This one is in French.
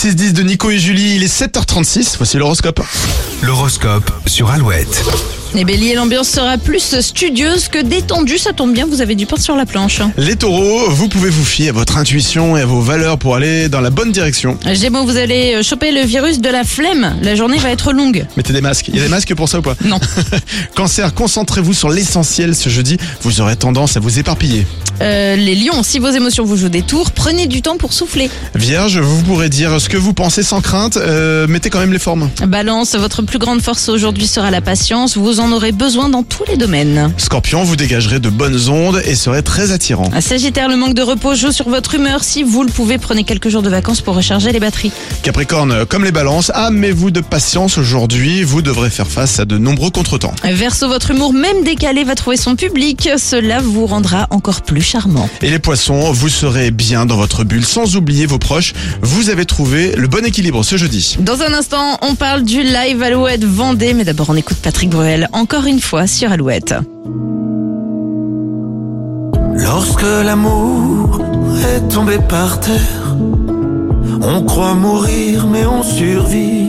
6-10 de Nico et Julie, il est 7h36, voici l'horoscope. L'horoscope sur Alouette. Les béliers, Eh l'ambiance sera plus studieuse que détendue. Ça tombe bien, vous avez du pain sur la planche. hein. Les taureaux, vous pouvez vous fier à votre intuition et à vos valeurs pour aller dans la bonne direction. Euh, Gémeaux, vous allez choper le virus de la flemme. La journée va être longue. Mettez des masques, il y a des masques pour ça ou pas Non. Cancer, concentrez-vous sur l'essentiel ce jeudi, vous aurez tendance à vous éparpiller. Euh, les lions, si vos émotions vous jouent des tours, prenez du temps pour souffler. Vierge, vous pourrez dire ce que vous pensez sans crainte, euh, mettez quand même les formes. Balance, votre plus grande force aujourd'hui sera la patience. Vous en aurez besoin dans tous les domaines. Scorpion, vous dégagerez de bonnes ondes et serez très attirant. Sagittaire, le manque de repos joue sur votre humeur. Si vous le pouvez, prenez quelques jours de vacances pour recharger les batteries. Capricorne, comme les balances, amez-vous de patience aujourd'hui, vous devrez faire face à de nombreux contretemps. Verseau, votre humour, même décalé, va trouver son public. Cela vous rendra encore plus charmant. Et les poissons, vous serez bien dans votre bulle sans oublier vos proches, vous avez trouvé le bon équilibre ce jeudi. Dans un instant, on parle du live Alouette Vendée, mais d'abord on écoute Patrick Bruel encore une fois sur Alouette. Lorsque l'amour est tombé par terre, on croit mourir mais on survit.